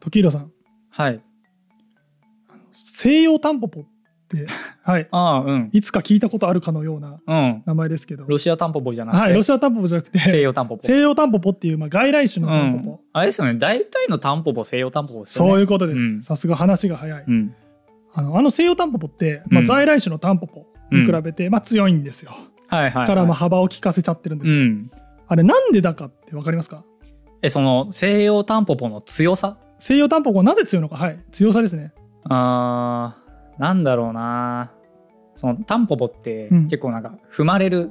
時浦さんはい。西洋タンポポって はいああ、うん。いつか聞いたことあるかのようなうん。名前ですけどロシアタンポポじゃなくて、はいロシアタンポポじゃなく西て洋タンポポ。西洋タンポポっていうまあ外来種のうタンポポん。あれですよね。大体のタンポポ、西洋タンポポですよね。そういうことでうんすさすが話が早いうん。あのあの西洋タンポポってまうあん在来種のタンポポに比べてまあ強いんですよはいはい、はい。からまあ幅を利かせちゃってるんでうすよん。あれなんでだかってわかりますかえ、その、西洋タンポポの強さ西洋タンポポはなぜ強いのかはい強さですねあーなんだろうなそのタンポポってうん結構なんか踏まれる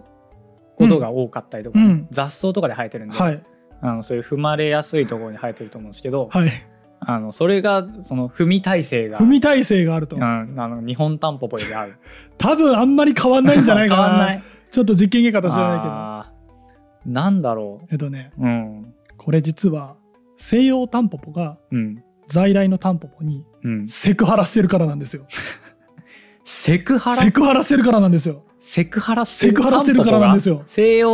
ことが多かったりとか、うん雑草とかで生えてるんで、はいあのそういう踏まれやすいところに生えてると思うんですけど、はいあのそれがその踏み耐性が踏み耐性があるとうん、あの日本タンポポよりある多分あんまり変わんないんじゃないか 変わんなないちょっと実験結果とは知らないけどあーなんだろえっとねううんこれ実は西洋タンポポがうん在来のタンポポにうんセクハラしてるからなんですよセクハセラクハラしてるからなんですよセクハラしてるセクハラしてるからなんですよ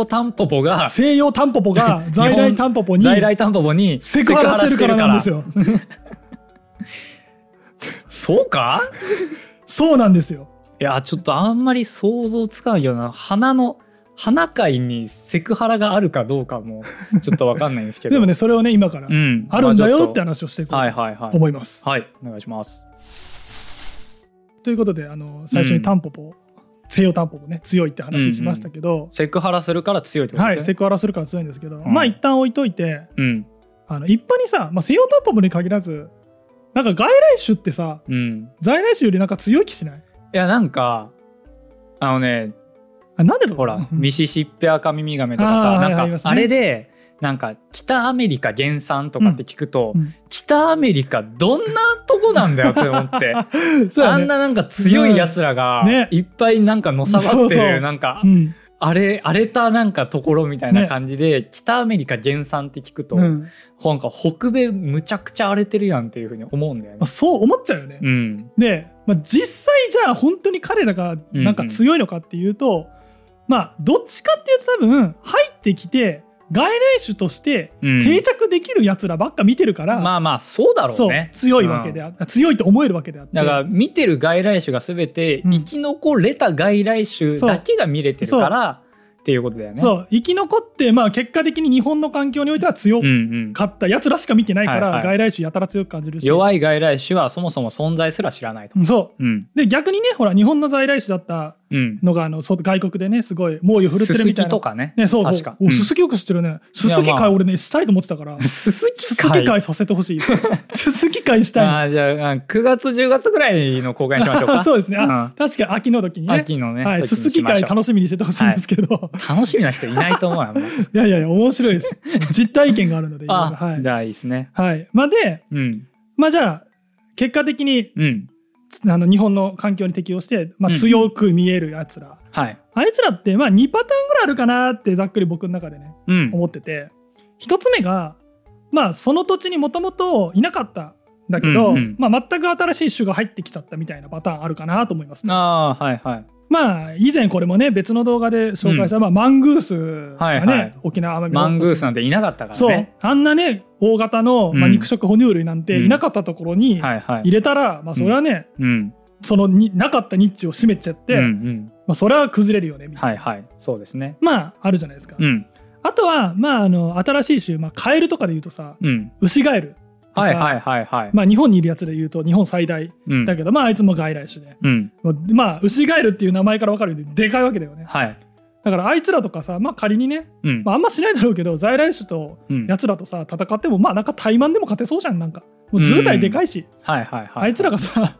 タンポポが西洋タンポポが西洋タンポポが在来タンポポに在来タンポポにセクハラしてるからなんですよそうかそうなんですよいやちょっとあんまり想像つかないような花の花界にセクハラがあるかどうかもちょっとわかんないんですけどでもねそれをね今からうん、あるんだまよちょって話をしていこはいうはいはとい思いますはいお願いしますということであの最初にタンポポ、西洋タンポポね強いって話しましたけど、セクハラするから強いってことはでいすねセクハラするから強いんですけど、んまあ一旦置いといてはいうんあの一般にさ、まあ、西洋タンポポに限らずなんか外来種ってさうん在来種よりなんか強い気しないいやなんかあのねあなんでだろうほらうんミシシッピアカミミガメとかさあーはいあなりんまかすねあれでなんか北アメリカ原産とかって聞くと、うん北アメリカどんなとこなんだよって思って そうあだねんななんか強いやつらがうんねいっぱいなんかのさばそうってそうるなんかうんあれ荒れたなんかところみたいな感じで北アメリカ原産って聞くとうなんんか北米むちゃくちゃ荒れてるやんっていうふうに思うんだよまあ、ね。そう思っちゃうよね、うんで、まあ、実際じゃあ本当に彼らがなんか強いのかっていうと、まあどっちかっていうと多分入ってきて外来種としてうん定着できるやつらばっか見てるから、まあまあそうだろうそうね。強いわけであって強いと思えるわけであってだから見てる外来種が全てうん生き残れた外来種だけが見れてるからっていうことだよね。そう生き残って、まあ、結果的に日本の環境においては強うんうんかったやつらしか見てないから、はいは外い来種やたら強く感じるし弱い外来種はそもそも存在すら知らないと。そうんうで逆にねほら日本の在来種だったうん。のがあのそう外国でねすごい猛威を振るってるみたいススキなとかね。ね、そうそう確か。おすすきよく知ってるねすすいきやまあ会俺ねしたいと思ってた からうんすすすきすき会会させてほ しいすすき会したいあーじゃああ9月10月ぐらいの公開にしましょうの か。そうですねあうん確かに秋の時にね秋のね。はい、時すにすきしま会しょう楽しみにしててほしいんですけど、楽しみな人いないと思うよ。あんまいやいやいや、面白い です。実体験 があるので、いろいろあ、はいじ。ゃあいいですね。はい。まあ、で、うんまあじゃあ、結果的に、うんつあの、日本の環境に適応して、まあうん強く見えるやつら。はい。あいつらって、まあ2パターンぐらいあるかなって、ざっくり僕の中でね、うん思ってて。一つ目が、まあその土地にもともといなかった。んだけど、うんうんまあ全く新しい種が入ってきちゃったみたいなパターンあるかなと思います、ああはいはい。まあ以前これもね別の動画で紹介した、まあ、マングースがね、はいはい沖縄奄美マングーのスなんていなかったからそうね。あんなね大型の、まあ、うん肉食哺乳類なんていなかったところにはいはい入。れたら、まあ、それはね、うんそのになかったニッチを占めちゃって、うんうん。まあ、それは崩れるよねみたいな、はいはい。そうですね。まああるじゃないですか、うんあとは、まあ、あの新しい種、まあ、カエルとかで言うとさうん。ウシガエル、はいはいはいはい。まあ、日本にいるやつで言うと日本最大うんだけど、まああいつも外来種で、うんまあまあ、ウシガエルっていう名前から分かるようにでかいわけだよねはい。だからあいつらとかさ、まあ、仮にね、うんまあ、あんましないだろうけど在来種とうんやつらとさ戦ってもまあなんか怠慢でも勝てそうじゃんなんかもう図体でかいし、はいはいはい。あいつらがさ、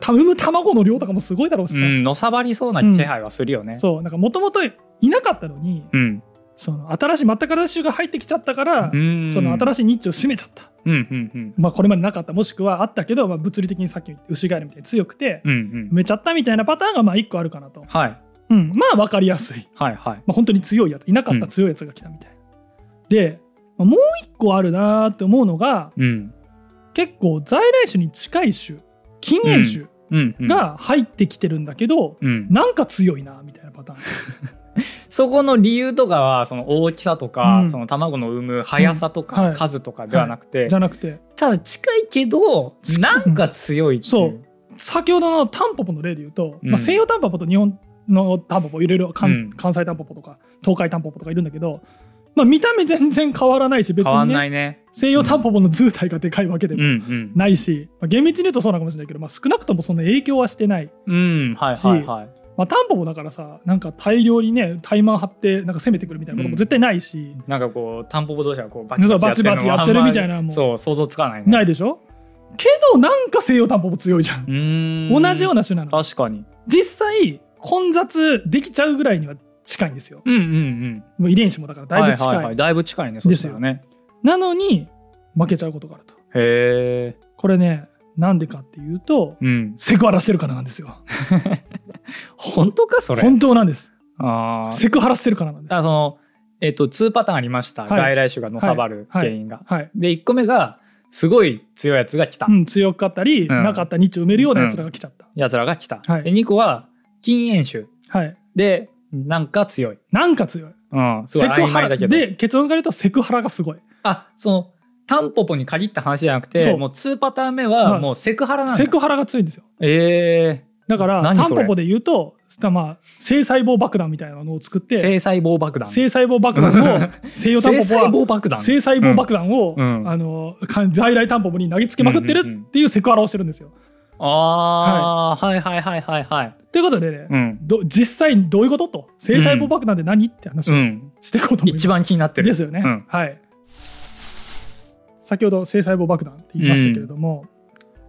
た産む卵の量とかもすごいだろうしうさ、んのさばりそうな気配はするよね。そう、なんかもともといなかったのに、うん。その新しい、全く新しい種が入ってきちゃったから、うん。その新ししい。いニッチを占めちゃった。うんうんうん。まあ、これまでなかった、もしくはあったけど、まあ、物理的にさっき言った牛ガエルみたいに強くて、うんうん埋。めちゃったみたいなパターンがまあ1個あるかなと。はいうん、まあ分かりやすい。はいはい。まあ、本当に強いやつ、いなかったうん強いやつが来たみたいな。で、まあもう1個あるなーって思うのが、うん結構在来種に近い種、近縁種うんうん。が入ってきてるんだけど、うん。なんか強いなみたいなパターンそこの理由とかはその大きさとか、うんその卵の産む速さとか、うんはい数とかではなくて、じゃなくてただ近いけどなんか強いっていうそう先ほどのタンポポの例で言うと、うんまあ、西洋タンポポと日本のタンポポいろいろ関,、うん関西タンポポとか東海タンポポとかいるんだけど、まあ、見た目全然変わらないし別変わに、んなね、いね。西洋タンポポの図体がでかいわけでうんもないし、まあ、厳密に言うとそうなのかもしれないけど、まあ、少なくともその影響はしてない、うんうんはいはいはい。まあ、タンポポだからさなんか大量にね怠慢張ってなんか攻めてくるみたいなことも絶対ないし、なんかこうタンポポ同士がこうバそうバチバチやってるみたいなあんもまうそう想像つかないね。ないでしょけどなんか西洋タンポポ強いじゃん、うーん同じような種なの確かに。実際混雑できちゃうぐらいには近いんですようんうんうん。もう遺伝子もだからだいぶ近い,、はははだいぶ近いね。そうよね。なのに負けちゃうことがあるとへえ。これねなんでかっていうとうん。セクハラしてるからなんですよ本当かそれ。本当なんですああ。セクハラしてるからなんでだすからその、えっと、2パターンありました、はい外来種がのさばるはい原因が。はい、で1個目がすごい強いやつが来た、うん、強かったり、うんなかった日を埋めるようなやつらが来ちゃった、やつらが来た。はいで2個は禁煙種はいでなんか強い。なんか強いうん、すごセいク曖ハ昧ラだけど。で結論から言うとセクハラがすごいあそのタンポポに限った話じゃなくてそうもう2パターン目ははいもうセクハラなんだ。セクハラが強いんですよえだから何タンそれポポで言うとまあ性細胞爆弾みたいなのを作っー、て性細胞爆弾。性細胞爆弾を 西洋タン性ポポは細胞爆弾。性細胞爆弾を、うんあのか在来タンポポに投げつけまくってうんうんうんるっていうセクハラをしてるんですよ。あー、はい、はいはいはいはい。ということでね、うん。ど実際どういうことと性細胞爆弾って何って話うをん。していこうと思います。一番気になってる。ですよね。うんはい。先ほど性細胞爆弾って言いましたけれども、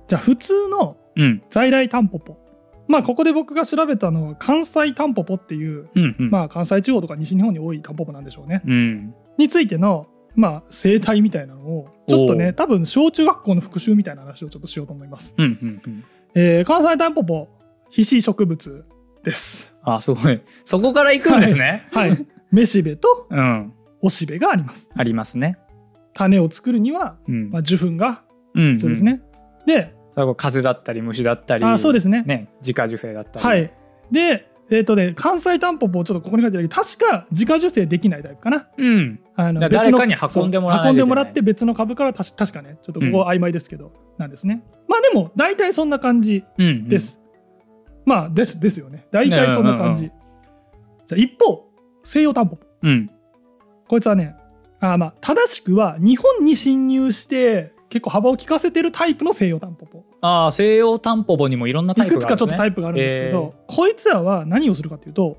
じゃあ普通のうん。在来タンポポまあここで僕が調べたのは関西タンポポっていう、うん。うん。まあ、関西地方とか西日本に多いタンポポなんでしょうね。うん。についての、まあ、生態みたいなのをちょっとおねう多分小中学校の復習みたいな話をちょっとしようと思います、うん。うん。うん。えー、関西タンポポ皮脂植物ですあ、すごい。そこから行くんですね。はい めしべとうん。おしべがありますありますね。種を作るには、うん。まあ、受粉がうん。必要ですね、でうん。それはこう風だったり虫だったり。あそうですねね。自家受精だったり。は。いでえっ、とね関西タンポポをちょっとここに書いてあるけど確か自家受精できないタイプかなうん。あだから誰かに運んでもらわなそう運いといけないんでもらって別の株からたし確かねちょっとここは曖昧ですけど、なんですねまあでも大体そんな感じうんうん。です。まあですですよね。大体そんな感じ。うじゃあ一方西洋タンポポうん。こいつはねあーまあ正しくは日本に侵入して結構幅を利かせてるタイプの西洋タンポポ、ああ、西洋タンポポにもいろんなタいイくプつがあるかんちょですね。っとタイプがあるんですけど、こいつらは何をするかというと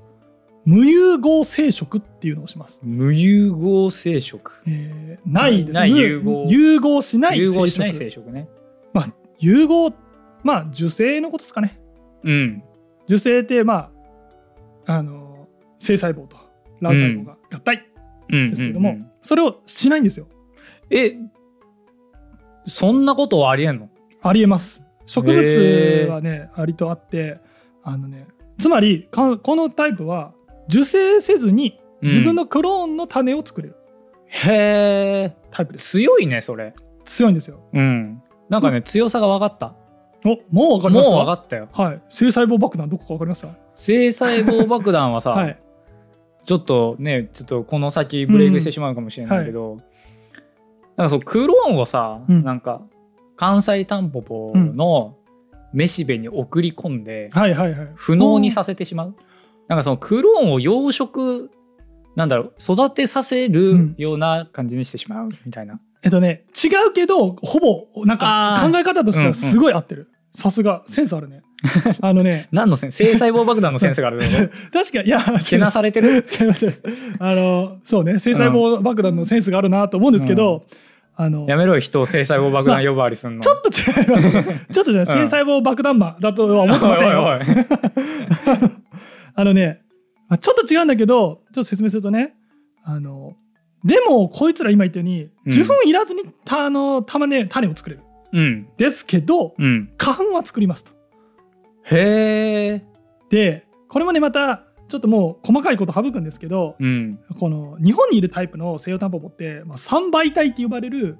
無融合生殖っていうのをします。無融合生殖。えーないですない無融合融合しない生融殖合しない生殖ね。融合まあ受精のことですかねうん。受精ってまああの性細胞と卵細胞が合体、うん。ですけども、うんうんそれをしないんですよえ、そんなことはありえんのありえます植物はね割とあってあのねつまりかこのタイプは受精せずに自分、のクローンの種を作れるうんへえ、タイプです、強いね、それ。強いんですようん。なんかね、強さが分かった。おもう分かりもまうした分かったよ。はい性細胞爆弾どこか分かりました性細胞爆弾はさ、はいちょっとね、ちょっとこの先ブレイクしてしまうかもしれないけど、なんかそう、クローンをさ、うんなんか、関西タンポポのめしべに送り込んで、はいはいはい不能にさせてしまう。なんかそのクローンを養殖、なんだろう、育てさせるような感じにしてしまうみたいな。えっとね違うけどほぼなんかあー考え方としてはすごい合ってる、さすがセンスある ねあのね何の先生性細胞爆弾の先生があ るの確かいやけなされてる違います違いますあのそうね制裁棒爆弾のセンスがあるなと思うんですけど、あのやめろよ、人を性細胞爆弾呼ばわりすんの。ちょっと違います ちょっとじゃないうん制裁棒爆弾魔だとは思ってませんよおいおいおいあのねあちょっと違うんだけどちょっと説明するとねあのでもこいつら今言ったようにうん受粉いらずにたあの玉ね種を作れる うん。ですけどうん。花粉は作りますとへえ。でこれもねまたちょっともう細かいこと省くんですけどうん。この日本にいるタイプの西洋タンポポって、まあ、三倍体って呼ばれる、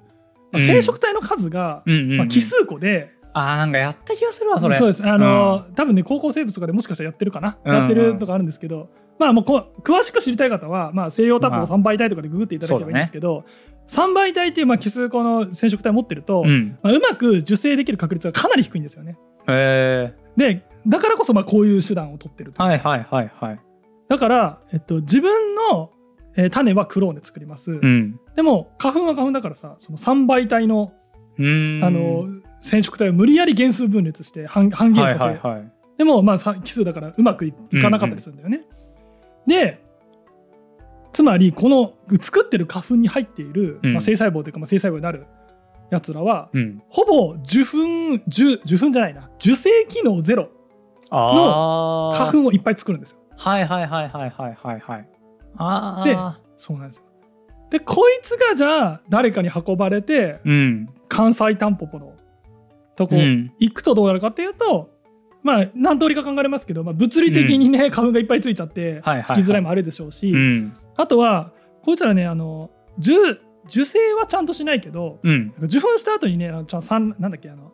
まあうん生殖体の数が、うんうんうんまあ、奇数個で、あーなんかやった気がするわ、それ。そうですあの、多分ね高校生物とかでもしかしたらやってるかな、うんやってるとかあるんですけどまあもうこ詳しく知りたい方は、まあ、西洋タップの3倍体とかでググっていただければいいんですけど、三倍体っていうまあ奇数個の染色体を持ってると、うん。まあ、うまく受精できる確率がかなり低いんですよね。えでだからこそまあこういう手段を取ってるー、と。はいはいはいはい。だから、えっと、自分の、えー種はクローンで作ります、うん。でも花粉は花粉だからさその3倍体のうーん。あの、染色体を無理やり減数分裂して半半減はさいせ、はいはい。でもまあさ奇数だからうまくいいかなかったりするんだよね。でつまりこの作ってる花粉に入っている、うんまあ、性細胞というか、まあ、性細胞になるやつらはうん。ほぼ受粉受受粉じゃないな受精機能ゼロあー花粉をいっぱい作るんですよ。はいはいはいはいはいはいはい。あであ。そうなんですよでこいつがじゃあ誰かに運ばれてうん。関西タンポポのとこうん。行くとどうなるかっていうと、まあ何通りか考えられますけど、まあ、物理的にね、花粉がいっぱいついちゃってはいはいつきづらいもあるでしょうし、うん。あとはこいつらねあの受受精はちゃんとしないけどうん。なんか受粉した後にねあのちゃんさんなんだっけあの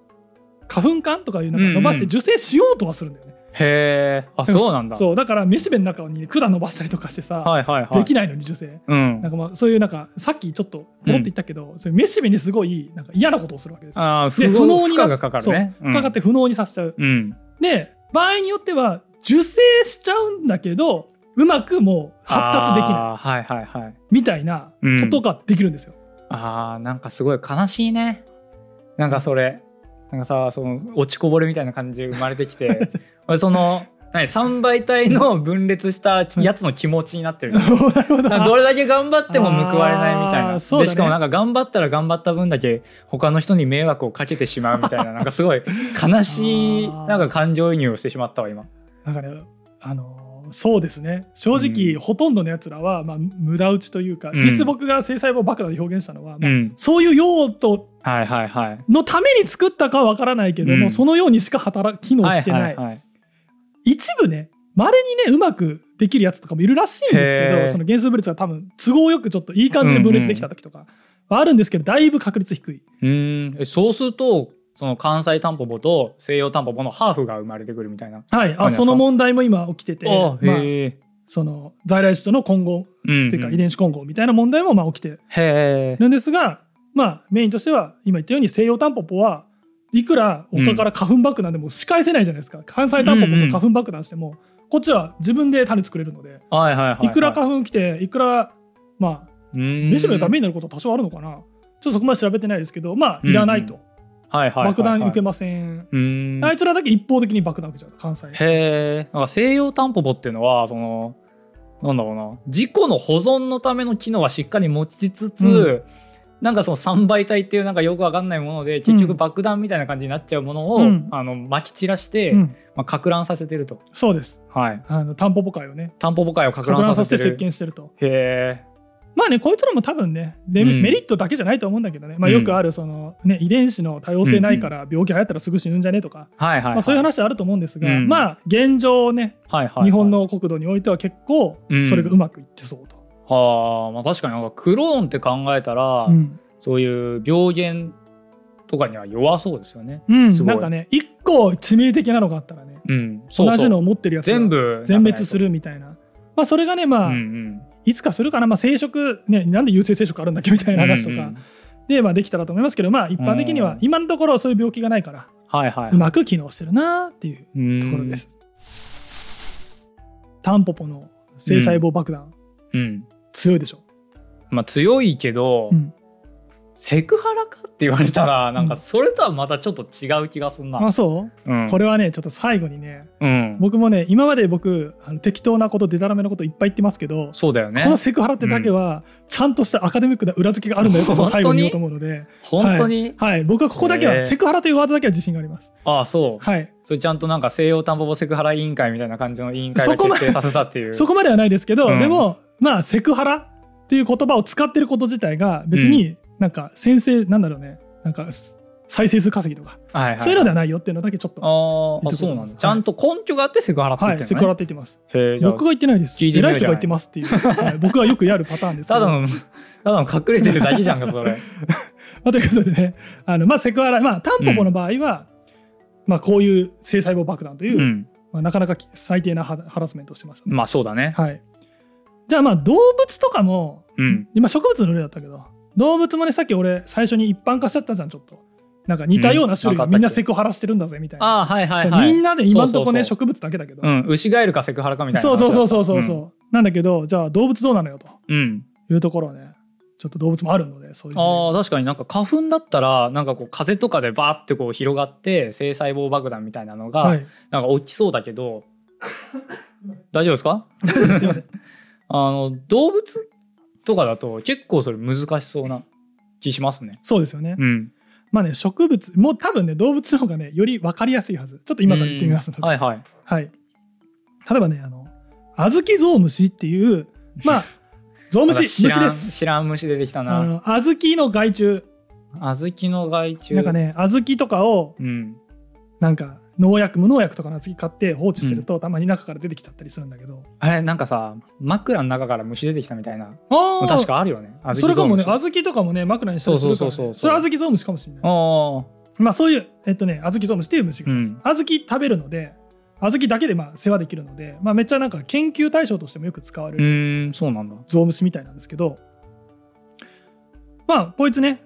花粉管とかいうのうんがうん伸ばして受精しようとはするんだよね。へえ。あ、そうなんだ。そうだからめしべの中に管伸ばしたりとかしてさ、はいはいはい。できないのに受精。うんなん。かまあそういうなんかさっきちょっとポロって言ったけど、そういうめしべにすごいなんか嫌なことをするわけですよ。ああ、で不不能能にに負なっ荷がかかるね。うんかかっ。て不能にさせちゃう。うん。で場合によっては受精しちゃうんだけどうまくもう発達できないあーはいはいはい。みたいなことができるんですよ。ああ、なんかすごい悲しいね。なんかそれ、なんかさ、その落ちこぼれみたいな感じで生まれて きて、俺その、何、三倍体の分裂したやつの気持ちになって る。なるほどなんかどれだけ頑張っても報われないみたいあな。ーそうだでねしかもなんか頑張ったら頑張った分だけ他の人に迷惑をかけてしまうみた いな、なんかすごい悲しい、あーなんか感情移入をしてしまったわ、今。だから、あのーそうですね正直、うんほとんどのやつらは、まあ、無駄打ちというか、うん実僕が性細胞爆弾で表現したのは、うまあん。そういう用途はいはいはい。のために作ったかは分からないけども、うんそのようにしか働き機能してない,、はいはいはい一部ねまれにねうまくできるやつとかもいるらしいんですけへーどその原数分裂が多分都合よくちょっといい感じで分裂できた時とかはあるんですけど、だいぶ確率低い。うーんえそうするとその関西タンポポと西洋タンポポのハーフが生まれてくるみたいな。はい、ああその問題も今起きてて、あまあ、へえ。その在来種との混合うんというか遺伝子混合みたいな問題もまあ起きてへえ。るんですが、まあ、メインとしては今言ったように西洋タンポポはいくら丘から花粉爆弾でも仕返せないじゃないですか、関西タンポポが花粉爆弾しても、こっちは自分で種作れるので、はいはいはいはい。いくら花粉来ていくらまあめめしべのダメになることは多少あるのかなちょっとそこまで調べてないですけどまあいらないと、はいはいはいはい。爆弾受けまません、うーん。あいつらだけ一方的に爆弾受けちゃう関西へえ。なんか西洋タンポポっていうのはそのなんだろうな自己の保存のための機能はしっかり持ちつつ、うんなんかその三倍体っていうなんかよくわかんないもので結局爆弾みたいな感じになっちゃうものを、うんあの撒き散らして、うんまあ、か乱させてると。そうですはい。あのタンポポ界をねタンポポ界をか拡乱乱ささせせててる。席巻してるとへえ。まあねこいつらも多分ねデメうんメリットだけじゃないと思うんだけどね、まあ、よくあるその、ね、遺伝子の多様性ないから病気流行ったらすぐ死ぬんじゃねとか、はいはい、はい。まあ、そういう話はあると思うんですが、うんまあ現状ねはいはいはい、日本の国土においては結構うんそれがうまくいってそうと。はあまあ確かになんかクローンって考えたら、うんそういう病原とかには弱そうですよね。うんすごいなんかね一個致命的なのがあったらねうん、そうそう同じのを持ってるやつが全部全滅する。るみたいな。まあそれがねまあ、うんうん、いつかするかな、まあ、生殖、ね、なんで優性生殖あるんだっけみたいな話とか、うんうんで、まあ、できたらと思いますけど、まあ、一般的にうんは今のところそういう病気がないから。はいはいうまく機能してるなっていうところです。タンポポの性細胞爆弾、うん。うん強いでしょ。まあ強いけど、うんセクハラかって言われたらなんかそれとはまたちょっと違う気がすんな。あそう、うん、これはねちょっと最後にねうん、僕もね今まで僕あの適当なことでたらめなこといっぱい言ってますけど、そうだよねこ。のセクハラってだけは、ちゃんとしたアカデミックな裏付けがあるんだよってことを最後に言おうと思うので。本当に、はい、僕はここだけへは、ーセクハラというワードだけは自信があります。ああそう。はい。それちゃんとなんか西洋タンポポセクハラ委員会みたいな感じの委員会がそこま決で定させたっていう。そこまではないですけど、うんでも、まあ、セクハラっていう言葉を使ってること自体が、別になんか、先生、なんだろうね、なんか、再生数稼ぎとか、はいはい、そういうのではないよっていうのだけちょっと、はあーいいあ、とこそうろななんんですだ。ちゃんと根拠があってセクハラって言っい、てセるクハのラね。って言ってます。へえじゃあ僕が言ってないです。聞いてみよ偉いう人が言ってますって いう、はい僕はよくやるパターンですけたど。だの、ただの隠れてるだけじゃんか、それ。まあということでね、あのまあ、セクハラ、まあ、タンポポの場合は、まあ、こういう性細胞爆弾という、うん。まあ、なかなかき最低なハハラスメントをしてましたね。まあそうだね。はい、じゃあまあ動物とかもうん。今植物の例だったけど動物もねさっき俺最初に一般化しちゃったじゃんちょっとなんか似たような種類うんなんがかあったっけみんなセクハラしてるんだぜみたいな、ああ、はいはいはい。みんなで今んとこねそう植物だけだけど、うん。牛ガエルかセクハラかみたいなそ話うだそっうた。そうそうそうそう、なんだけどじゃあ動物どうなのよとうん。うん。いうところをねちょっと動物もあるのでそういう事例ああ、確かになんか花粉だったら、なんかこう風とかでバーってこう広がって、性細胞爆弾みたいなのが、はい、なんか落ちそうだけど、大丈夫ですかすいませんあの、動物とかだと結構それ難しそうな気しますね。そうですよね、うん。まあね植物もう多分ね動物の方がねより分かりやすいはずちょっと今から言ってみますので、はいはい。はい。例えばね、あの、あずきゾウムシって いう、まあ、ゾウム私シ、知虫らでん、す。知らん虫出てきたあな。の、あずきの害虫。小豆の害虫。なんかね、あずきとかを、うん。なんか、農薬、無農薬とかのあずき買って放置してると、たまに中から出てきちゃったりするんだけど。あれなんかさ枕の中から虫出てきたみたいなあ確。かあるよねそれかもね、ああずきとかもね、枕にしたりするから、ね。そうそうそうそうれあずきゾウムシかもしれない。あまあ、そういう、えっとね、あずきゾウムシっていう虫がいます。うんあずき食べるので、あずきだけでまあ世話できるので、まあ、めっちゃなんか研究対象としてもよく使われうるーんそうなんだゾウムシみたいなんですけどまあこいつね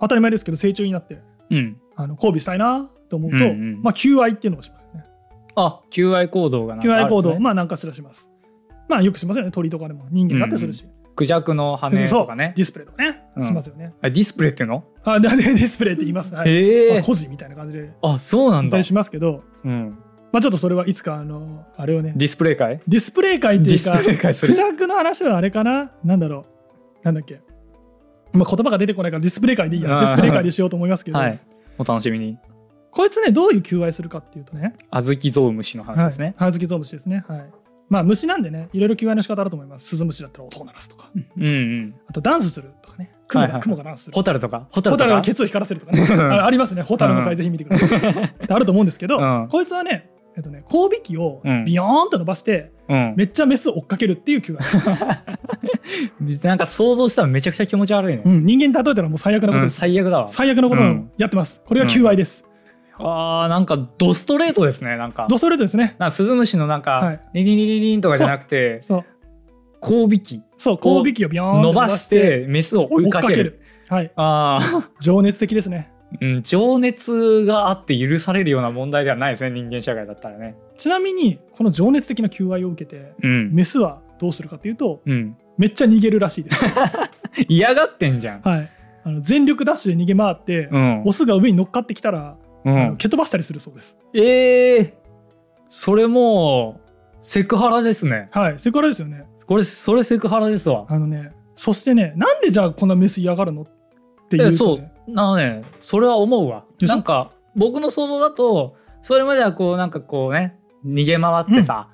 当たり前ですけど成虫になってうんあの交尾したいなと思うと、うんうんまあ求愛っていうのをしますよねあ求愛行動がなん求か愛あるんで行すね動まあ何かしらしますまあよくしますよね鳥とかでも人間だってするし、クジャクの羽そとうかねディスプレイとかね、うんしますよねあディスプレイっていうのあでディスプレイって言いますはい、えまあえ孤児みたいな感じであそうな言んっただりしますけどうんまあちょっとそれはいつかあのあれをねディスプレイ会ディスプレイ会っデていィうスかプレイ会すクるジャクの話はあれかななんだろうなんだっけ、まあ、言葉が出てこないからディスプレイ会でいいやデあーィスプレイ会でしようと思いますけど、はいお楽しみにこいつねどういう求愛するかっていうとね小豆ゾウムシの話ですねはい、ハズキゾウムシですねはいまあ虫なんでねいろいろ求愛の仕方あると思いますスズムシだったら音を鳴らすとかうんうんあとダンスするとかね雲が,、はいはい雲がダンスするホタルとかホタホルタとルかがケツを光らせるとかねあありますねホタルの回ぜひ見てくださいあると思うんですけど、うんこいつはねえっとね交尾器をうんビヨーンと伸ばして、うんめっちゃメスを追っかけるっていう求愛です、なんか想像したらめちゃくちゃ気持ち悪いねうん、人間に例えたらもう最悪なことうでんす、最悪だわ最悪なことうんをやってます、これが求愛です、あーなんかドストレートですねなんかドストレートですねなんかスズムシのなんか、はいリリリリリンとかじゃなくてそう交尾器そうこう交尾器をビヨーンと伸ばしてメスを追追いっかかけけるるはいああ、情熱的ですねうん、情熱があって許されるような問題ではないですね人間社会だったらねちなみにこの情熱的な求愛を受けてうん、メスはどうするかというとうん、めっちゃ逃げるらしい です、嫌がってんじゃんはい、あの全力ダッシュで逃げ回って、うん、オスが上に乗っかってきたら、うあのん、蹴飛ばしたりするそうですええー、それもうセクハラですねはいセクハラですよねこれそれセクハラですわあのねそしてねなんでじゃあこんなメス嫌がるのっていう、えね、そうなあねそれは思うわでしょなんか僕の想像だとそれまではこうなんかこうね逃げ回ってさ、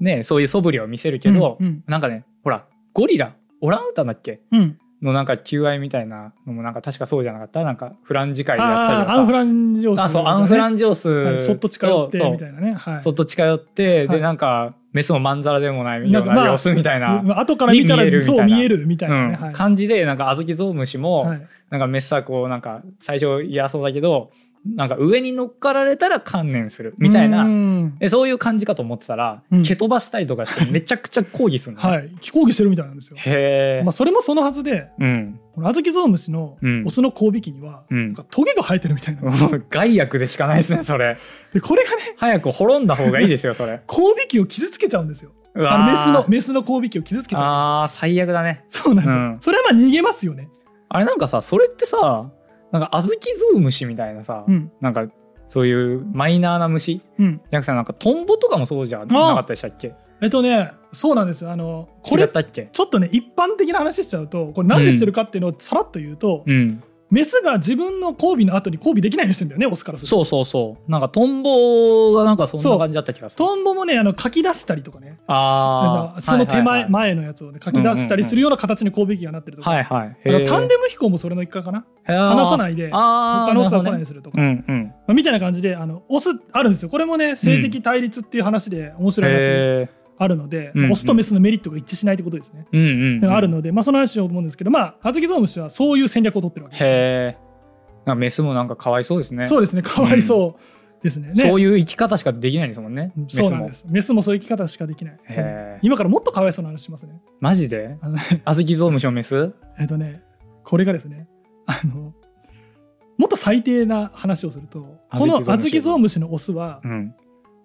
ねそういう素振りを見せるけど、うんなんかねほらゴリラオランウータンだっけうんうんのなんか求愛みたいなのもなんか確かそうじゃなかったなんかフランジ会でやってたあけーどアンフさランジオス、あそうアンフランンジオス、はい、そっと近寄ってそうみたいなね、はい、そっと近寄って、はいでなんかメスもまんざらでもないよなうんかまなあ様子みたいな、まあ後から見たらに見えるみたそいなう見えるみたいなね、うはん、い感じでなんか小豆ゾウムシも、はいなんかメスはこうなんか最初嫌そうだけどなんか上に乗っかられたら観念するみたいうなんでそういう感じかと思ってたら、うん蹴飛ばしたりと かしてめちゃくちゃ抗議するのね、はい飛行機してるみたいなんですよ、へえ、まあ、それもそのはずでうんこの小豆ゾウムシのうんオスの交尾器には、うなんんかトゲが生えてるみたいなんですよもう害悪でしかないですねそれでこれがね早く滅んだ方がいいですよそれ交尾器を傷つけちゃうんですようわー あのメスのメスの交尾器を傷つけちゃあー最悪だうんねですよそうなんですよ、うんそれはまあ逃げますよね、あれなんかさそれってさなんか小豆ゾウムシみたいなさ、うんなんかそういうマイナーな虫じうん、ゃなくてなんかトンボとかもそうじゃなかったでしたっけえっとねそうなんですよあのこ違っれたっけちょっとね一般的な話しちゃうとこれなんでしてるかっていうのをさらっと言うと、うんメスが自分の交尾の後に交尾できないようにしてんだよねオスからするとそうそうそう。なんかトンボがなんかそんな感じだった気がする。トンボもねあの書き出したりとかねあなんあ。かその手前、はいはいはい前のやつを、ね、書き出したりするような形に交尾器がなってるとか、はいはい。あのタンでデム飛行もそれの一環かな離さないで他他のオスは来ないねにするとかうんうん。まあ、みたいな感じであのオスあるんですよこれもね性的対立っていう話で面白い話がへえ。あるので、うんうんオスとメスのメリットが一致しないってことですね、うんうんうん。あるので、まあ、その話を思うんですけどまあ小豆ゾウムシはそういう戦略を取ってるわけですよへえ。なんかメスもなんかかわいそうですね。そうですねかわいそう、ですね。ねそういう生き方しかできないですもんね。メそうスなんもで。す。メスもそういう生き方しかできない。へー今からもっとかわいそうな話しますね。マ ジであのね小豆ゾウムシのメスえっとね、これがですね、あの、もっと最低な話をすると、この小豆小ゾウムシ豆ゾウムシのオスは、うん。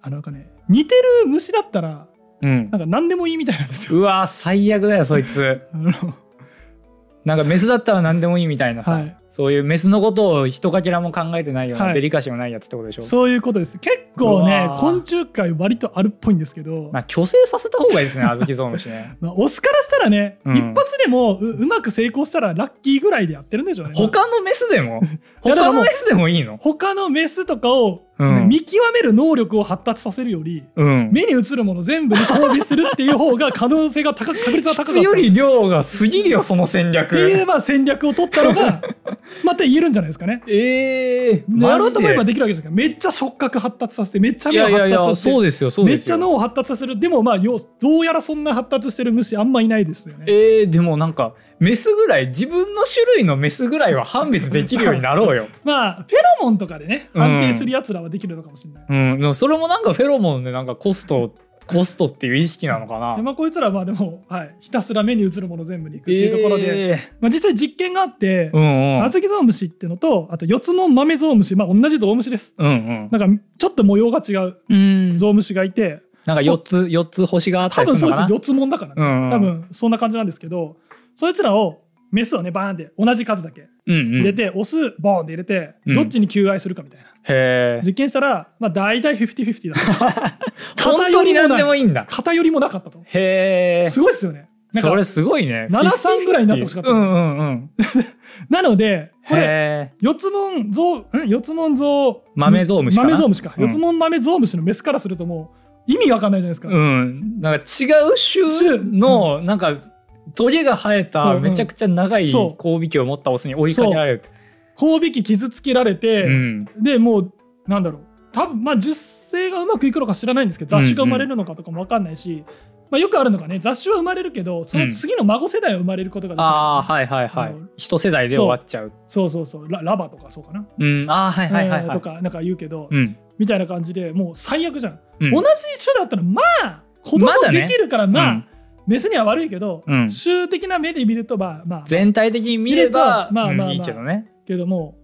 あのなんかね、似てる虫だったら、うんな。んか何でもいいみたいなん ですよ。 うわー最悪だよそい つ。あのなんかメスだったら何でもいいみたいなさ、はいそういうメスのことを一かけらも考えてないような、はいデリカシーのないやつってことでしょそういうことです。結構うねわ、ー昆虫界割とあるっぽいんですけど、まあ虚勢させた方がいいですね小豆ゾウムシ ね。まあ、オスからしたらね、うん一発でもううまく成功したらラッキーぐらいでやってるんでしょうね。他のメスでもいやだか他らものうメスでもいいの他のメスとかを、うん見極める能力を発達させるより、うん。目に映るもの全部に交尾するっていう方が可能性が高く確率は高かっ質た。より量が過ぎるよその戦って言え略。ば戦略を取ったのが、また言えるんじゃないですかね。ええー、でやろうと思えばマジできるわけですからめっちゃ触覚発達させてめっちゃでい目をやい発やい達さやせてそうですよそうめっですちゃよ。脳を発達させるでもまあようどうやらそんな発達してる虫あんまいないですよね。えー、でもなんかメスぐらい自分の種類のメスぐらいは判別できるようになろうよ。まあフェロモンとかでねうん安定するやつらはできるのかもしれない。うん、でもそれもなんかフェロモンでなんかコス トコストっていう意識なのかなで。まあこいつらはまあでも、はい、ひたすら目に映るもの全部に行くっていうところで、えまあ、実際実験があって、ーうんうんアズキゾウムシっていうのとあと四つの豆ゾウムシ、まあ、同じゾウムシですうんなんかちょっと模様が違ううんうんゾウムシがいてなんか四つ四つ星があった多り分すそるうでのかすな四つもんだから、ねうんうん多分そんな感じなんですけどそいつらをメスをねバーンって同じ数だけうんう入んれへて、オスボーンって入れてうんどっちに求愛するかみたいな、え実験したら、まあ、大体50-50だった 本当に何でもいいんだ偏りもなかったとへえすごいですよねなんかそれすごいね73ぐらいになってほしかったうんうんうんなのでこれへえ四つ門ゾウん四つ門ゾウ豆ゾウムシかな豆ゾウムシか、うん四つ門豆ゾウムシのメスからするともう意味がわかんないじゃないですか、うんなんか違う種のなんかトゲが生えそうたうんめちゃくちゃ長いそう交尾器を持ったオスに追いかけられる交尾器傷つけられうて、んでもうなんだろう多分まあ受精がうまくいくのか知らないんですけど雑種が生まれるのかとかもわかんないし、まあ、よくあるのがね雑種は生まれるけどその次の孫世代は生まれることができあなあはいはいはあいの一世代で終わっちゃうい、そうそうそうララバとかそうかな、うんああはいはいはいはえーといかなんか言うけど、うんみたいな感じでもう最悪じゃん、うん同じ種だったらまあ子供まだねできるからまあ、メスには悪いけど、うん種的な目で見るとまあまあ全体的に見れば見ればまあまあまあうんいいけどね。けども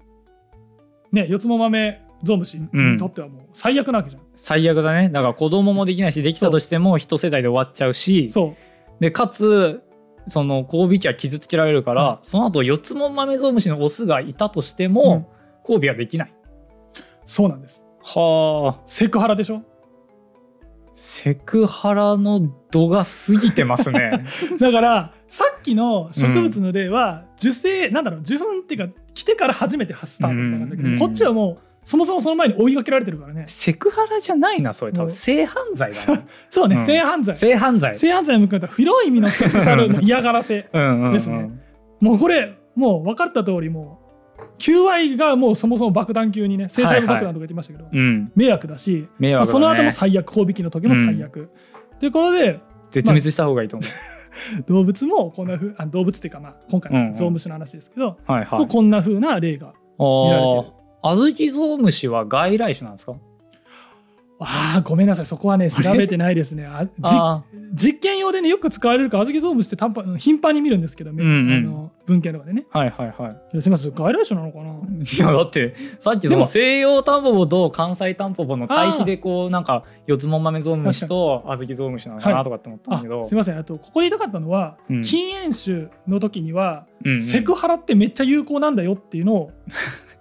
ね四つも豆ゾウムシうんにとってはもう最悪なわけじゃん、最悪だね。だから子供もできないし、できたとしても一世代で終わっちゃうし、そうで、かつ、その交尾器は傷つけられるから、その後四つも豆ゾウムシのオスがいたとしても、交尾はできない。そうなんですはあ、セクハラでしょ セクハラの度が過ぎてます ね。だからさっきの植物の例は受精、なんだろう受粉っていうか来てから初めてスタートみたいな感じだけど、うんうんこっちはもうそもそもその前に追いかけられてるからねセクハラじゃないな、それ多う分。ん性犯罪だな。そうね、う ん性犯罪性犯罪。性犯罪を含めた広い意味のセクシャルの嫌がらせうんうん、うん。ですねもうこれもう分かった通りもう求愛がもうそもそも爆弾級にね制裁部爆弾とか言ってましたけど、うん。迷惑だし迷まあ惑だ、ね。その後も最悪交尾期の時も最悪。ということで絶滅した方がいいと思動物もこんなふうあ動物っていうかまあ今回うんうのんゾウムシの話ですけど、う。はいはもうい。こんなふうな例が見られあてるあ、小豆ゾウムシは外来種なんですかああごめんなさいそこはね調べてないですねあじあ実験用でねよく使われるか小豆ゾウムシって短パ頻繁に見るんですけど、ねうんうんあの文献とかでねあ、はいはいはい。やすみません外来種なのかない いや、だって、さっきそでのも西洋タンポポと関西タンポポの対比で、こう、なんか、四つもん豆ゾウムシと小豆ゾウムシなのかなとかって思ったんだあけど、すみませんあとここで言いたかったのは、うん禁煙種の時には、うんうんセクハラってめっちゃ有効なんだよっていうのを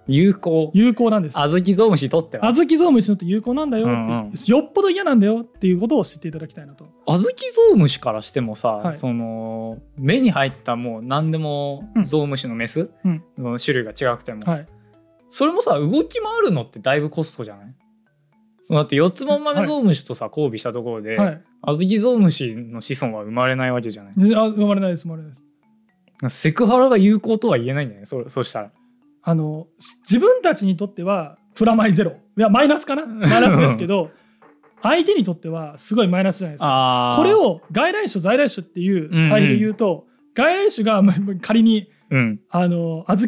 有効。有効なんです小豆ゾウムシにとっては。小豆ゾウムシのって有効なんだよって、うんうんよっぽど嫌なんだよっていうことを知っていただきたいなと小豆ゾウムシからしてもさ、はいその、目に入ったもう何でもうんゾウムシのメス、うんその種類が違くても、はいそれもさ動き回るのってだいぶコストじゃないそうだって四つもん豆ゾウムシとさ、交尾したところで、はい小豆ゾウムシの子孫は生まれないわけじゃないあ生まれないです生まれないですセクハラが有効とは言えないんだよねそそうしたらあのし自分たちにとってはプラマイゼロいやマイナスかなマイナスですけど相手にとってはすごいマイナスじゃないですかあこれ、を外来種在来種っていう対比で言うと、外来種がまあ仮にうん、あの小豆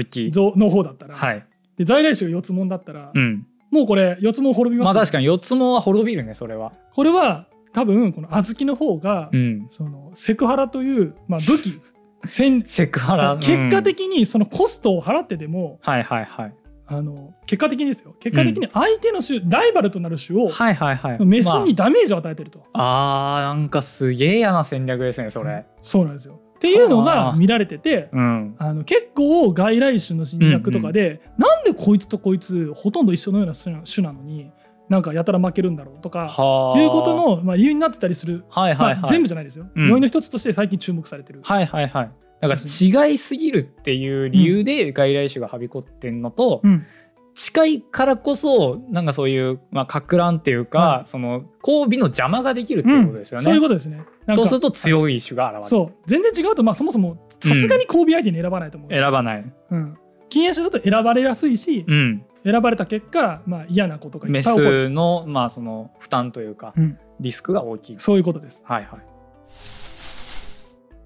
小豆ゾウの方だったら、はいで在来種が四つもんだったら、うんもうこれ4つも滅びままあすよ、確かに四つもは滅びるねそれはこれは多分この小豆の方が、うんそのセクハラという、まあ、武 器戦セクハラ、うん結果的にそのコストを払ってでも、はいはいはいあの結果的にですよ結果的に相手の種、ライバルとなる種をはいはいはいメスまあにダメージを与えてると、あーなんかすげえ嫌な戦略ですねそれそうなんですよっていうのが見られててうんあの結構外来種の侵略とかで、なんでこいつとこいつほとんど一緒のような種な種なのになんかやたら負けるんだろうとかはあいうことの、まあ、理由になってたりする、はいまはいあはい、、全部じゃないですよ、うん要因の一つとして最近注目されてる、はいはいはいだから違いすぎるっていう理由で外来種がはびこってんのと、うん近いからこそなんかそういうまあか乱っていうか、はその交尾の邪魔ができるっていうことですよね、そういうことですねなんかそうすると強い種が現れるそう全然違うと、まあ、そもそもさすがに交尾相手に選ばないと思うし、選ばない、うん禁煙種だと選ばれやすいし、うん、選ばれた結果、まあ、嫌なことがいメっぱい起こるスのまあその負担というか、うんリスクが大きいそういうことですはいはい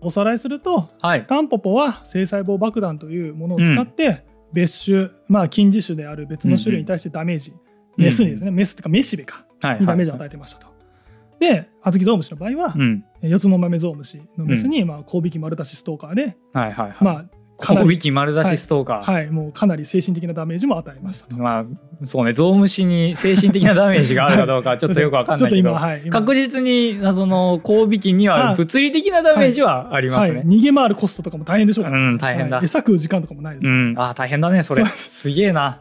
おさらいするとはいタンポポは性細胞爆弾というものを使って別種、まあ近似種である別の種類に対してダメージ、メスにですね、メスっていうかメシベかはいはいにダメージを与えてましたと。でアズキゾウムシの場合は、うん四つの豆ゾウムシのメスに、まあ、交尾器丸出しストーカーで、はいはいはい、まあ、かな交尾り、器丸出しストーカー、はい、もうかなり精神的なダメージも与えましたと。まあそうねゾウムシに精神的なダメージがあるかどうかはちょっとよくわかんないけちょっどと今、はい、今確実にその交尾器にははい物理的なダメージはありますね、はい、逃げ回るコストとかも大変でしょうから、うん大変だ、はい餌食う時間とかもないですうから、んあー大変だねそれそうすげえな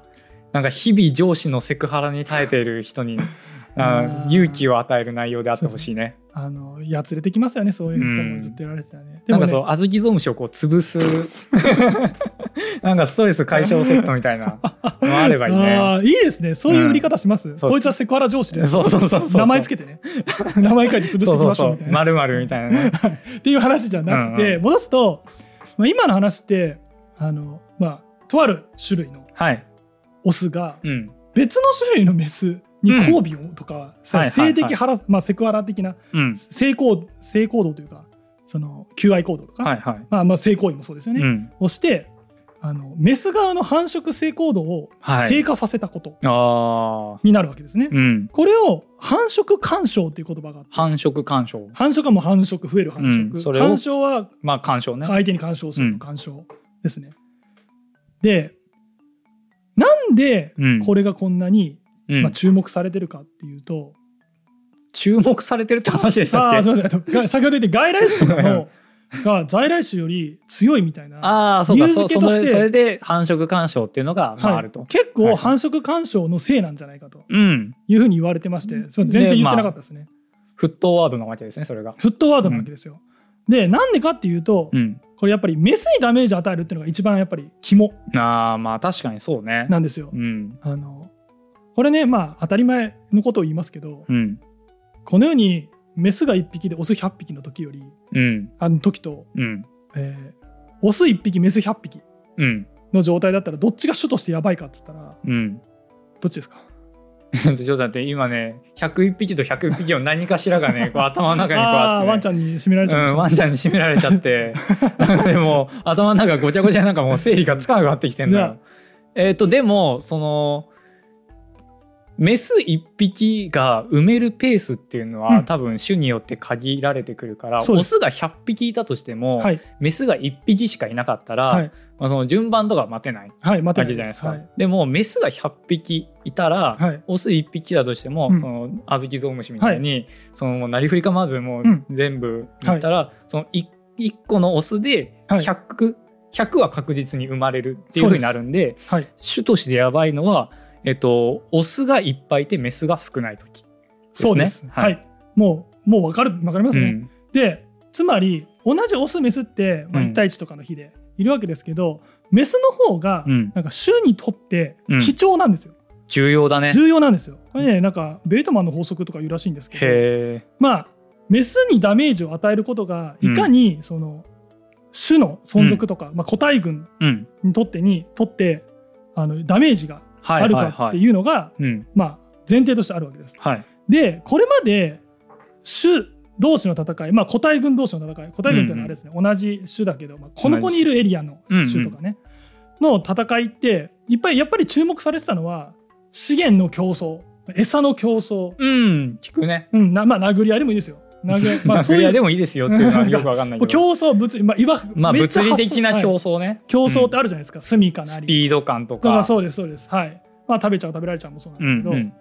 なんか日々上司のセクハラに耐えている人に ああーー勇気を与える内容であってほしいねあのやつれてきますよねそういう人うんもずっとやられてたらね、でなんもかねそう小豆ゾウムシをこう潰す なんかストレス解消セットみたいなのあればいい ねああーいいですねそういう売り方します、そうこいつはセクハラ上司ですそうそうそうそう 名前つけて ね名前書いて潰してそいうきそまうしょそううみたいなまるまるみたいなねっていう話じゃなくて、うんう戻すと、まあ、今の話ってあのまあとある種類のはいオスがうん別の種類のメスに交尾をとか、はいはい性的ハラ、まあ、セクハラ的なうん性行性行動というかその求愛行動とか、はいはいまあ、まあ性行為もそうですよね、うんをしてあのメス側の繁殖性行動をは低い下させたことああになるわけですね。うんこれを繁殖干渉っていう言葉があって繁殖干渉繁殖はもう繁殖増える繁殖、うんそれを干渉はまあ干渉ね相手に干渉すうるん干渉ですね。でなんでうんこれがこんなに、うんまあ、注目されてるかっていうと、注目されてるって話でしたっあけあすみませんあとが先ほど言って外来種とかのが在来種より強いみたいな、ああそうか理由そ付けとそのしてそれで繁殖干渉っていうのが、まあ、はいあると。結はい構はい繁殖干渉のせいなんじゃないかとうんいうふうに言われてまして、それ全然言ってなかったですね、沸騰ワードなわけですねそれが。フットワードなわけですよ。でなんでかっていうと、うん、これやっぱりメスにダメージ与えるっていうのが一番やっぱり肝ああまあ確かにそうね。なんですよう。んあのこれねまあ当たり前のことを言いますけどうんこのようにメスが1匹でオス100匹の時よりうんあの時と、うんえーオス1匹メス100匹うんの状態だったらどっちが主としてやばいかっつったらうん。 どっちですかちょっとだって今ね101匹と101匹を何かしらがねこう頭の中にこうあああって、ーね。ワンちゃんに締められちゃいまうしん、たワンちゃんに締められちゃ って、なんかでもう頭の中ごちゃごちゃなんかもう整理がつかなくなってきてんのよね。えっ、と、でも、その、メス1匹が埋めるペースっていうのは、うん多分種によって限られてくるから、そうオですスが100匹いたとしても、はいメスが1匹しかいなかったら、はいまあ、その順番とか待てないはい待わてけじゃなでないいですすか。はいでも、メスが100匹いたら、はいオス1匹だとしても、うんその小豆ゾウムシみたいに、そのもうなりふり構わずもううん全部いったら、その 1, 個のオスではい 100,、100は確実に生まれるっていうふうになるんではい種としてやばいのは、えっと、オスがいっぱいいてメスが少ない時ですね。そうですははいいもうもう分かる分かりますうね、んでつまり同じオスメスって、まあ、うん1対1とかの比でいるわけですけど、メスの方がうんなんか種にとってうん貴重なんですよ、重要だね。重要なんですよこれねなんかベイトマンの法則とかいうらしいんですけどへえ。まあメスにダメージを与えることがいかにその、種の存続とか、まあ、個体群うん。にとってにとってあのダメージがはいあるはいかっはてい。いうのが、うん。まあ、前提としてあるわけです。はい。でこれまで種同士の戦い、まあ、個体群同士の戦い個体群っていうのはあれですね、同じ種だけど、まあ、この子にいるエリアの種とかね、の戦いっていっぱいやっぱり注目されてたのは資源の競争餌の競争、うん、聞くね。うんなまあ、殴り合いでもいいですよ殴 り合い、ままあ、あ、そそうれいはうでもいいですよっていうのはよくわかんな いけど。競争物理、まあ、いわまあ、めっちゃ物理的な発競想争ね。はい競争ってあるじゃないですか、住みかうんなスりピード感とだからか。そうですそうですはいまあ食べちゃう食べられちゃうもそうなんだうんけど、うん。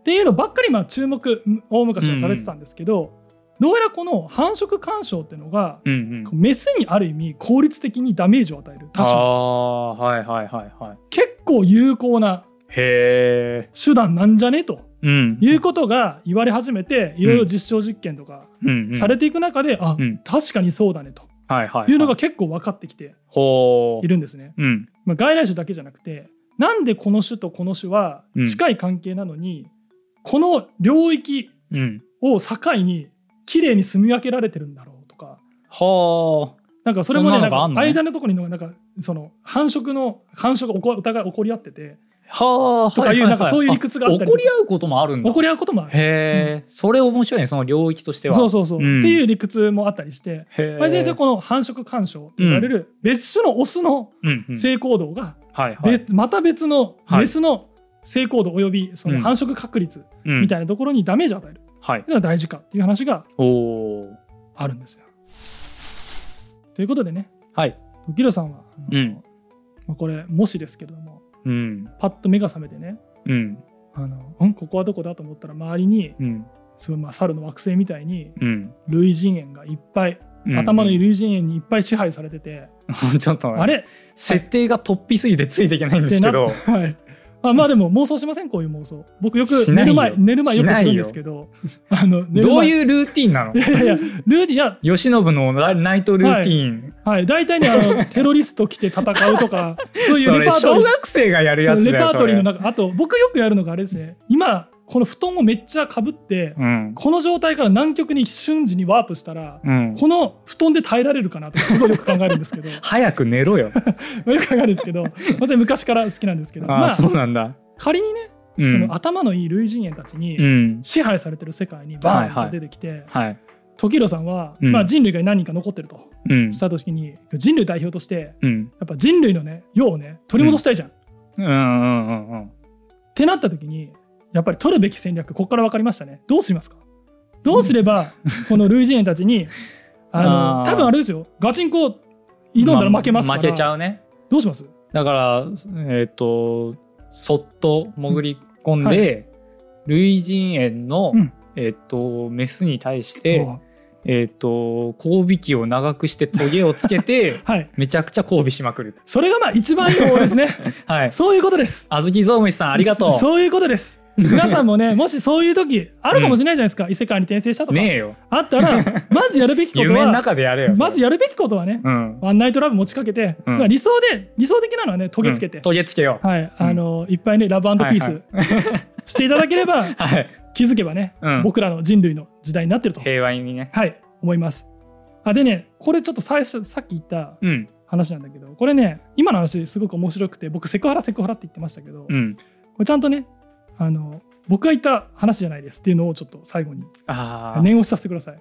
っていうのばっかりまあ注目大昔はされてたんですけど、どうやらこの繁殖干渉っていうのがうんうん。メスにある意味効率的にダメージを与えるあ他種のあ、はいはいはいはい。結構有効なへえ。手段なんじゃねとうん。いうことが言われ始めていろいろ実証実験とかうんうんされていく中で、あうん確かにそうだねとはいはいはい。いうのが結構分かってきてほいるんですね。う。うん。まあ、外来種だけじゃなくてなんでこの種とこの種は近い関係なのに、この領域うん。を境に綺麗に住み分けられてるんだろうとかはあ。なんかそれもねそんななんのがかあんのね間のところになんかその繁殖の繁殖が起こお互い起こり合っててはあ。とかいうなんかそういう理屈があったりと怒かり合うこともあるんだ。起こり合うこともあるへえ、それ面白いね、その領域としては。そうそうそう、うんっていう理屈もあったりして、へえまあ、先生この繁殖干渉と言われる別種のオスのうんうん性行動が、はいはい、べまた別のはいメスの性行動およびその繁殖確率みいたいなところにダメージを与えるってい。な。はいうのが大事かっていう話がおお。あるんですよ。ということでねはい。時宏さんは、あのうんまあこれもしですけれどもうん。パッと目が覚めてねうん。あの、うん、ここはどこだと思ったら周りにうん。すごいまあ猿の惑星みたいにうん。類人猿がいっぱい、うん頭のい。る類人猿にいっぱい支配されてて、 ちょっと、あれ設定が突飛すぎてついていけないんですけどっ。てなはいあまあでも妄想しませんこういう妄想僕よくしな寝いよる前寝る前よくしなすいよるんですけど あの寝る前どういうルーティンなのいやいやいやルーティンいや吉信のラナイトルーティン。はい大体ねあのテロリスト来て戦うと かそういそうレれ、パート小リー学生がやるそやうつだレよパートリーのそれ中あと僕よくやるのがあれですね今この布団をめっちゃかぶって、うん。この状態から南極に瞬時にワープしたら、うん。この布団で耐えられるかなってすごいよく考えるんですけ どよ早く寝ろよ。く考えるんですけどまあ昔から好きなんですけどあ まあ、あ、そうなんだ。仮にね、うそんの。頭のいい類人猿たちにうん。支配されてる世界にバーンと出てきて、はい。時宏さんは、うんまあ、人類が何人か残ってるとうんし。た時に人類代表としてうん。やっぱ人類のね世をね取り戻したいじゃん、っうんうんうんうん。てなった時にやっぱり取るべき戦略ここから分かりましたねどうしますかどうすればこの類人猿たち にあのあー多分あれですよガチンコ挑んだら負けますから、あ負けちゃうねどうしますだからえっ、とそっと潜り込んで、は類人猿の、うんえっ、とメスに対しおてうえっ、と交尾器を長くしてトゲをつけ てはいめちゃくちゃ交尾しまくるそれがまあ一番いい方法ですね はいそういうことですあずきゾウムシさんありがとうそそういうことです皆さんもね もしそういう時あるかもしれないじゃないですか、異世界に転生したとか、ねえよあった らまずやるべきこと夢のは中でやれよまずややるべきことはね、うんワンナイトラブ持ちかけて、うんまあ理想で理想的なのはねトゲつけて、うんトゲつけようはいあのいっぱいねラブピースしていただければ、 はい気づけばね、うん僕らの人類の時代になってると平和にねはい思いますあでねこれちょっと最初さっき言ったうん話なんだけどこれね今の話すごく面白くて僕セクハラセクハラって言ってましたけど、うんこれちゃんとねあの僕が言った話じゃないですっていうのをちょっと最後にああ、念押しさせてくださ い。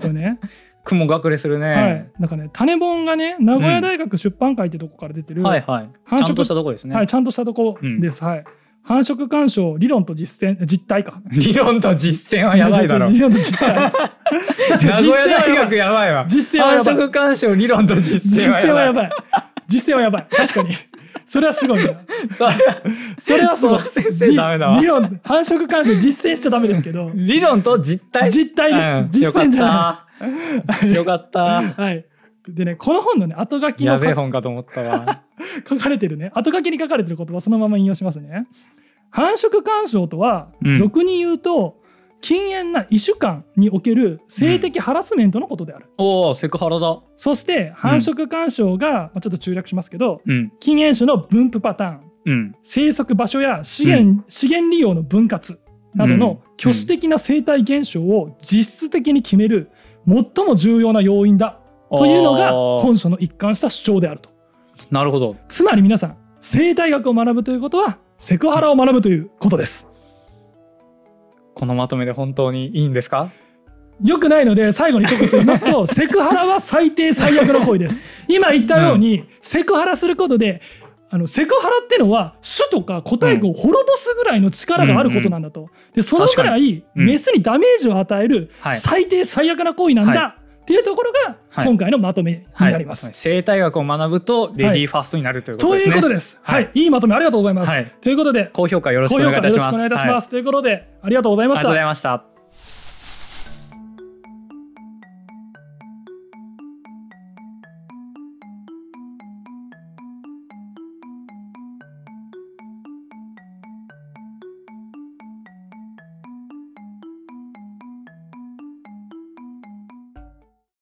これね、雲隠れするね、はい、なんかね種本がね名古屋大学出版会ってとこから出てる、ははいいはい繁殖ちゃんとしたとこですね、ちゃんとしたとこです。はい繁殖干渉理論と実践実態か。理論と実践はやばい だろ理論と実態。確 名かに古屋大やば学いやばいわ。実践は繁やばい。殖干渉理論と実実践は践はややばい。ばい。実践はやばい。確かに。それはすごいな。それはそれはすごい。 その先生ダメだわ理論繁殖干渉実践しちゃダメですけど。理論と 実態。実態ですうん実践じゃよかっ た。よかっはい。でね、この本のね、後書た。きやのべえか本かと思った わ。書かれてるね、後書きに書かれてる言葉、そのまま引用しますね。繁殖干渉とは、うん俗に言うと、禁煙な異種間における性的ハラスメントのことである。おお、セクハラだ。そして、繁殖干渉が、まあちょっと中略しますけど、うん。禁煙種の分布パターン、うん。生息場所や資源,、資源利用の分割などのうん挙手的な生態現象を実質的に決める最も重要な要因だというのがおー本書の一貫した主張であると。なるほど。つまり皆さん生態学を学ぶということはセクハラを学ぶということです。このまとめで本当にいいんですかよくないので最後に一言言いますと セクハラは最低最悪の行為です。今言ったように、セクハラすることであのセクハラってのは種とか個体群を滅ぼすぐらいの力があることなんだと、でそのぐらいうんメスにダメージを与えるはい最低最悪な行為なんだ、っていうところがはい今回のまとめにはい、なります。まさに生態学を学ぶとレディーファーストになるということとでいすうね。ことです。ははいい、い、いまとめありがとうございます。はいということで高評価よろしく高評お願い価いよろたししまくす。お願いいたしはます。ということでありがとうございまありがしたとうござ。いました。